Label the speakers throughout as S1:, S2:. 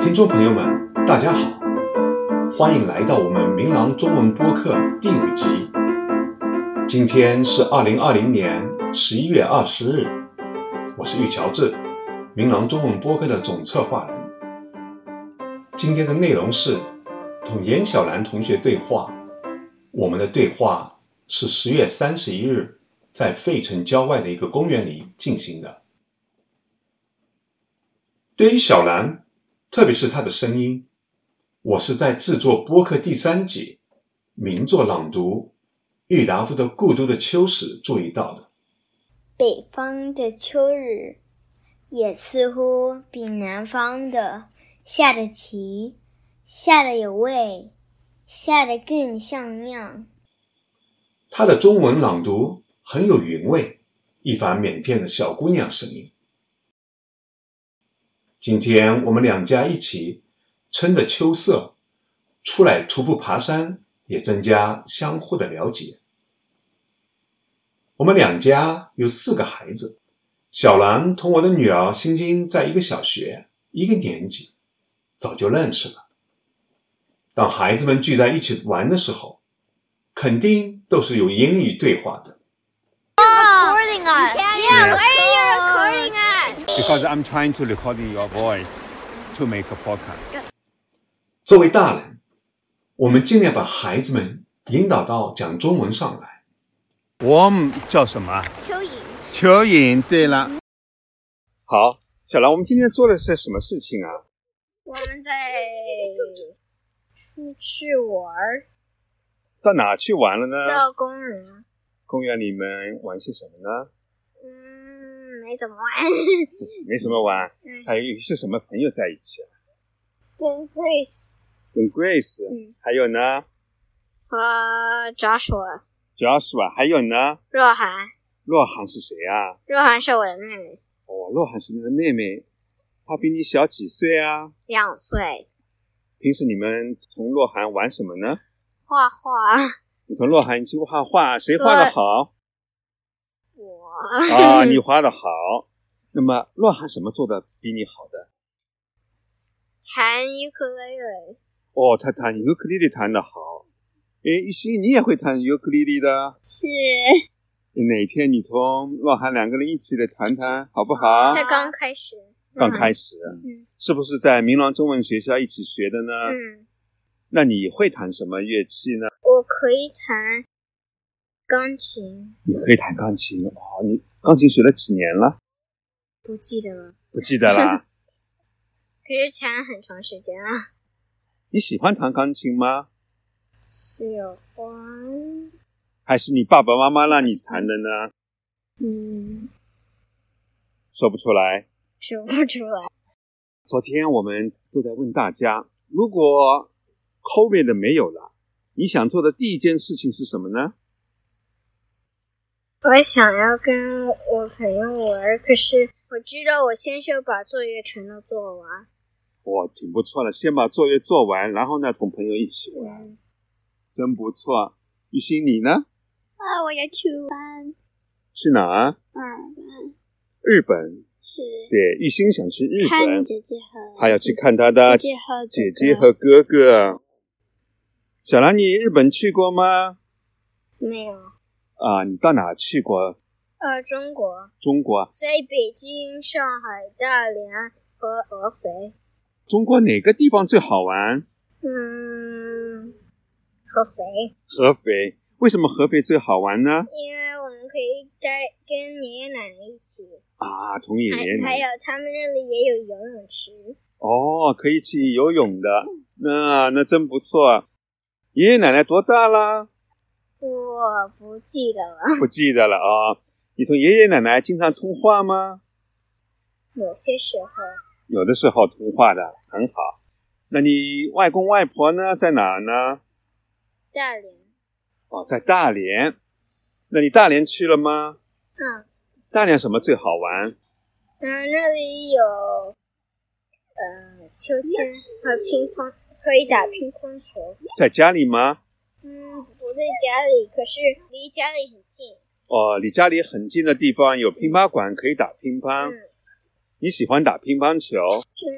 S1: 听众朋友们，大家好，欢迎来到我们明朗中文播客第五集。今天是二零二零年十一月二十日，我是玉乔治，明朗中文播客的总策划人。今天的内容是同严小兰同学对话，我们的对话是十月三十一日在费城郊外的一个公园里进行的。对于小兰，特别是她的声音，我是在制作播客第三集名作朗读郁达夫的《故都的秋时》注意到的。
S2: 北方的秋日，也似乎比南方的下的齐，下的有味，下的更像样。
S1: 她的中文朗读很有韵味，一反缅甸的小姑娘声音。今天我们两家一起撑着秋色出来徒步爬山，也增加相互的了解。我们两家有四个孩子，小兰同我的女儿欣欣在一个小学一个年级，早就认识了。当孩子们聚在一起玩的时候，肯定都是有英语对话的。
S3: recording us.
S2: 哎
S1: Yeah.
S3: Yeah, why are you
S2: 啊
S3: recording us?
S4: because I'm trying to record your voice to make a podcast.
S1: 作为大人，我们尽量把孩子们引导到讲中文上来。
S4: worm 叫什么？
S3: 蚯蚓，
S4: 蚯蚓。对了，好，小兰，我们今天做的是什么事情啊？
S2: 我们在出去玩儿，
S4: 到哪去玩了呢？
S2: 到公园。
S4: 公园里面玩些什么呢？
S2: 嗯，没怎么玩，
S4: 没什么玩
S2: 嗯，
S4: 还有是什么朋友在一起啊？
S2: 跟 Grace
S4: 跟 Grace，、
S2: 嗯
S4: 还有呢
S2: 和 Joshua、
S4: ，Joshua，还有呢，
S2: 若涵。
S4: 若涵是谁啊？
S2: 若涵是我的妹妹，
S4: 哦，若涵是你的妹妹，她比你小几岁啊？
S2: 两岁，
S4: 平时你们同若涵玩什么呢？
S2: 画画。
S4: 你同若涵一起画画，谁画的好？
S2: 我
S4: 啊，你画的好。那么若涵什么做的比你好的？
S2: 弹 ukulele，
S4: 哦，他弹尤克里里弹的好。诶，一心你也会弹尤克里里的？
S2: 是
S4: 哪天你同若涵两个人一起来弹弹，好不好？
S2: 才啊刚开始，
S4: 刚开始，
S2: 嗯
S4: 是不是在明朗中文学校一起学的呢？
S2: 嗯，
S4: 那你会弹什么乐器呢？
S2: 我可以弹钢琴，
S4: 你可以弹钢琴哦。你钢琴学了几年了？
S2: 不记得了，
S4: 不记得 啦。
S2: 可是弹很长时间啊了。
S4: 你喜欢弹钢琴吗？
S2: 喜欢，
S4: 还是你爸爸妈妈让你弹的呢？
S2: 嗯，
S4: 说不出来。
S2: 说不出来。
S4: 昨天我们都在问大家，如果 COVID 没有了，你想做的第一件事情是什么呢？
S2: 我想要跟我朋友玩，可是我知道我先是要把作业全都做完。
S4: 哇，挺不错的，先把作业做完，然后呢，同朋友一起玩，
S2: 嗯，
S4: 真不错。玉欣，你呢？
S2: 啊，我要去玩，
S4: 去哪儿？
S2: 嗯，
S4: 日本。
S2: 是
S4: 对，玉欣想去日
S2: 看
S4: 本，
S2: 姐姐和
S4: 她要去看她的
S2: 啊姐姐和哥
S4: 姐
S2: 哥
S4: 姐和哥哥。小兰，你日本去过吗？
S2: 没有，
S4: 啊，你到哪儿去过？
S2: 呃，中国
S4: 中国，
S2: 在北京、上海、大连和合肥。
S4: 中国哪个地方最好玩？
S2: 嗯，合肥，
S4: 合肥。为什么合肥最好玩呢？
S2: 因为我们可以带跟爷爷奶奶一起，
S4: 啊，同爷爷
S2: 还还
S4: 奶
S2: 有他们那里也有游泳池。
S4: 哦，可以去游泳的，那、那真不错。爷爷奶奶多大啦？
S2: 我不记得了，
S4: 不记得了啊、你同爷爷奶奶经常通话吗？
S2: 有些时候
S4: 有的时候通话的很好。那你外公外婆呢？在哪儿呢？
S2: 大连，
S4: 哦，在大连。那你大连去了吗？
S2: 嗯
S4: 大连什么最好玩？
S2: 嗯，那里有呃秋千和乒乓，可以打乒乓球。
S4: 在家里吗？
S2: 嗯，不在家里，可是离家里很近。
S4: 哦，离家里很近的地方有乒乓馆可以打乒乓。
S2: 嗯
S4: 你喜欢打乒乓球？
S2: 嗯，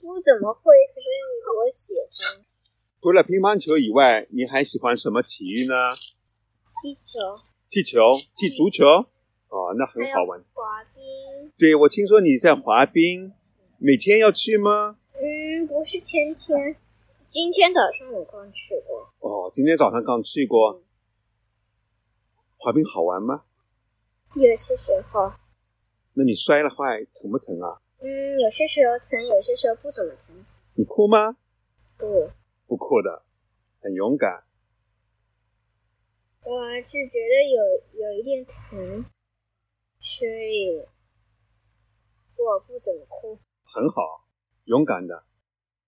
S2: 不怎么会，可是我喜欢
S4: 除了乒乓球以外，你还喜欢什么体育呢？
S2: 踢球、
S4: 踢球、踢足球？哦，那很好玩。
S2: 滑冰。
S4: 对，我听说你在滑冰，每天要去吗？
S2: 嗯，不是天天，今天早上我刚去过，
S4: 哦，今天早上刚去过。滑冰好玩吗？
S2: 有些时候，
S4: 那你摔了坏疼不疼啊？
S2: 嗯，有些时候疼，有些时候不怎么疼。
S4: 你哭吗？
S2: 不，
S4: 不哭的，很勇敢。
S2: 我是觉得有有一点疼，所以我不怎么哭。
S4: 很好，勇敢的。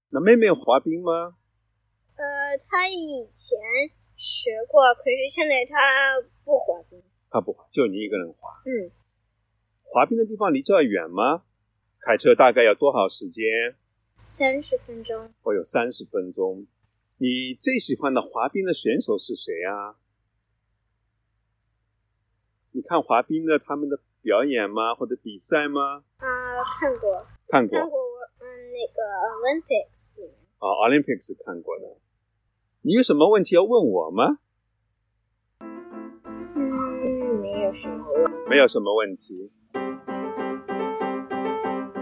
S4: 那妹妹滑冰吗？
S2: 呃，他以前学过，可是现在他不滑冰。
S4: 她不滑，就你一个人滑。
S2: 嗯，
S4: 滑冰的地方离这儿远吗？开车大概要多少时间？
S2: 三十分钟。
S4: 我哦有三十分钟。你最喜欢的滑冰的选手是谁啊？你看滑冰的他们的表演吗？或者比赛吗？
S2: 啊、看过，
S4: 看过
S2: 看过我嗯那个 uh, Olympics 里面。
S4: 啊、o l y m p i c 是看过的。你有什么问题要问我吗？
S2: 嗯，没有什么问。
S4: 没有什么问题。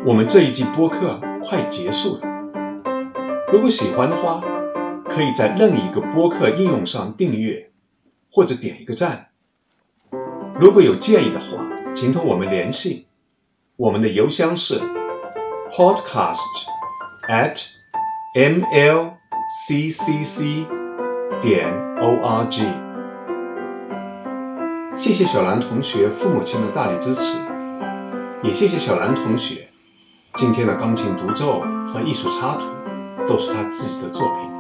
S1: 我们这一季播客快结束了，如果喜欢的话，可以在任意一个播客应用上订阅，或者点一个赞。如果有建议的话，请同我们联系。我们的邮箱是 podcast at mlccc 点 org。谢谢小兰同学父母亲的大力支持，也谢谢小兰同学。今天的钢琴独奏和艺术插图都是他自己的作品。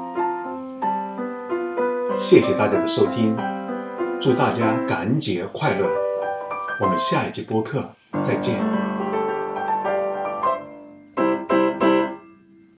S1: 谢谢大家的收听，祝大家感恩节快乐！我们下一期播客再见。